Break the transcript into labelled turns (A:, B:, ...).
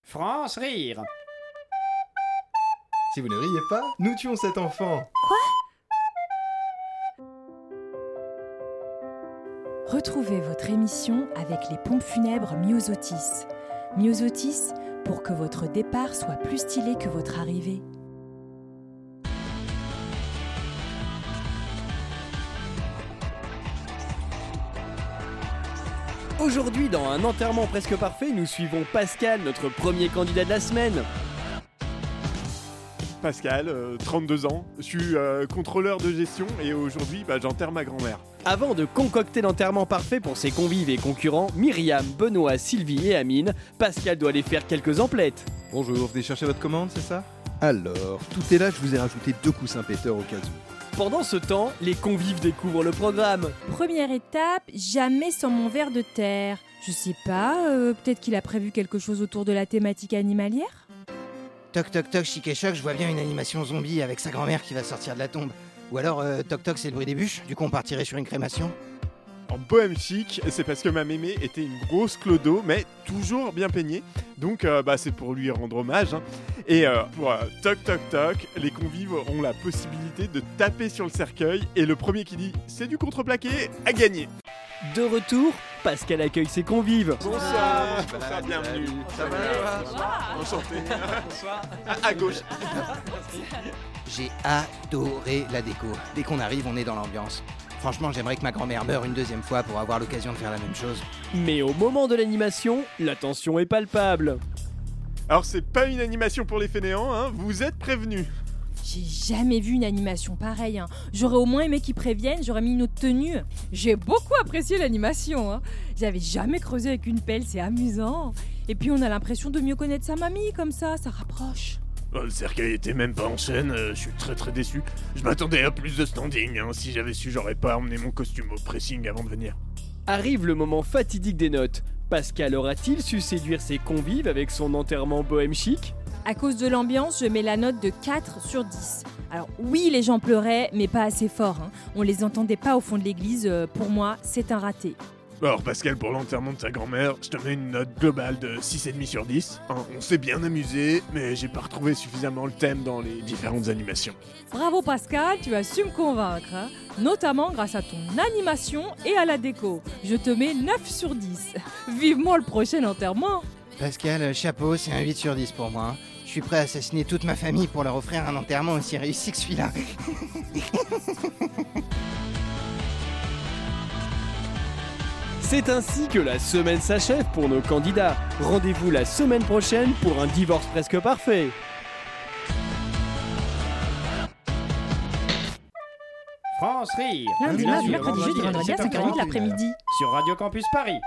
A: France rire.
B: Si vous ne riez pas, nous tuons cet enfant.
C: Retrouvez votre émission avec les pompes funèbres Myosotis. Myosotis pour que votre départ soit plus stylé que votre arrivée.
D: Aujourd'hui, dans un enterrement presque parfait, nous suivons Pascal, notre premier candidat de la semaine.
E: Pascal, euh, 32 ans. Je suis euh, contrôleur de gestion et aujourd'hui, bah, j'enterre ma grand-mère.
D: Avant de concocter l'enterrement parfait pour ses convives et concurrents, Myriam, Benoît, Sylvie et Amine, Pascal doit aller faire quelques emplettes.
B: Bonjour, vous venez chercher votre commande, c'est ça Alors, tout est là, je vous ai rajouté deux coussins péteurs au cas où.
D: Pendant ce temps, les convives découvrent le programme.
C: Première étape, jamais sans mon verre de terre. Je sais pas, euh, peut-être qu'il a prévu quelque chose autour de la thématique animalière
F: Toc toc toc, chic et choc, je vois bien une animation zombie avec sa grand-mère qui va sortir de la tombe. Ou alors, euh, toc toc, c'est le bruit des bûches, du coup on partirait sur une crémation.
E: En bohème chic, c'est parce que ma mémé était une grosse clodo, mais toujours bien peignée. Donc, euh, bah, c'est pour lui rendre hommage. hein. Et euh, pour euh, toc toc toc, les convives auront la possibilité de taper sur le cercueil et le premier qui dit c'est du contreplaqué a gagné.
D: De retour, Pascal accueille ses convives.
E: Bonsoir, bonsoir, bienvenue. Ça va Enchanté. À, à gauche.
F: J'ai adoré la déco. Dès qu'on arrive, on est dans l'ambiance. Franchement, j'aimerais que ma grand-mère meure une deuxième fois pour avoir l'occasion de faire la même chose.
D: Mais au moment de l'animation, la tension est palpable.
E: Alors, c'est pas une animation pour les fainéants, hein, vous êtes prévenus.
C: J'ai jamais vu une animation pareille. hein. J'aurais au moins aimé qu'ils préviennent, j'aurais mis une autre tenue. J'ai beaucoup apprécié l'animation. hein. J'avais jamais creusé avec une pelle, c'est amusant. Et puis on a l'impression de mieux connaître sa mamie comme ça, ça rapproche.
E: le cercueil était même pas en scène, je suis très très déçu. Je m'attendais à plus de standing, hein. si j'avais su, j'aurais pas emmené mon costume au pressing avant de venir.
D: Arrive le moment fatidique des notes. Pascal aura-t-il su séduire ses convives avec son enterrement bohème chic
C: À cause de l'ambiance, je mets la note de 4 sur 10. Alors oui, les gens pleuraient, mais pas assez fort. hein. On les entendait pas au fond de l'église. euh, Pour moi, c'est un raté.
E: Alors Pascal, pour l'enterrement de ta grand-mère, je te mets une note globale de 6,5 sur 10. Hein, on s'est bien amusé, mais j'ai pas retrouvé suffisamment le thème dans les différentes animations.
C: Bravo Pascal, tu as su me convaincre, hein. notamment grâce à ton animation et à la déco. Je te mets 9 sur 10. Vivement le prochain enterrement.
F: Pascal, euh, chapeau, c'est un 8 sur 10 pour moi. hein. Je suis prêt à assassiner toute ma famille pour leur offrir un enterrement aussi réussi que celui-là.
D: C'est ainsi que la semaine s'achève pour nos candidats. Rendez-vous la semaine prochaine pour un divorce presque parfait.
A: France rire.
C: Lundi,
A: Du
C: mardi,
A: au
C: mercredi, jeudi,
A: vendredi,
C: vendredi à
A: 17h40,
C: 5h30 de l'après-midi.
A: Sur Radio Campus Paris.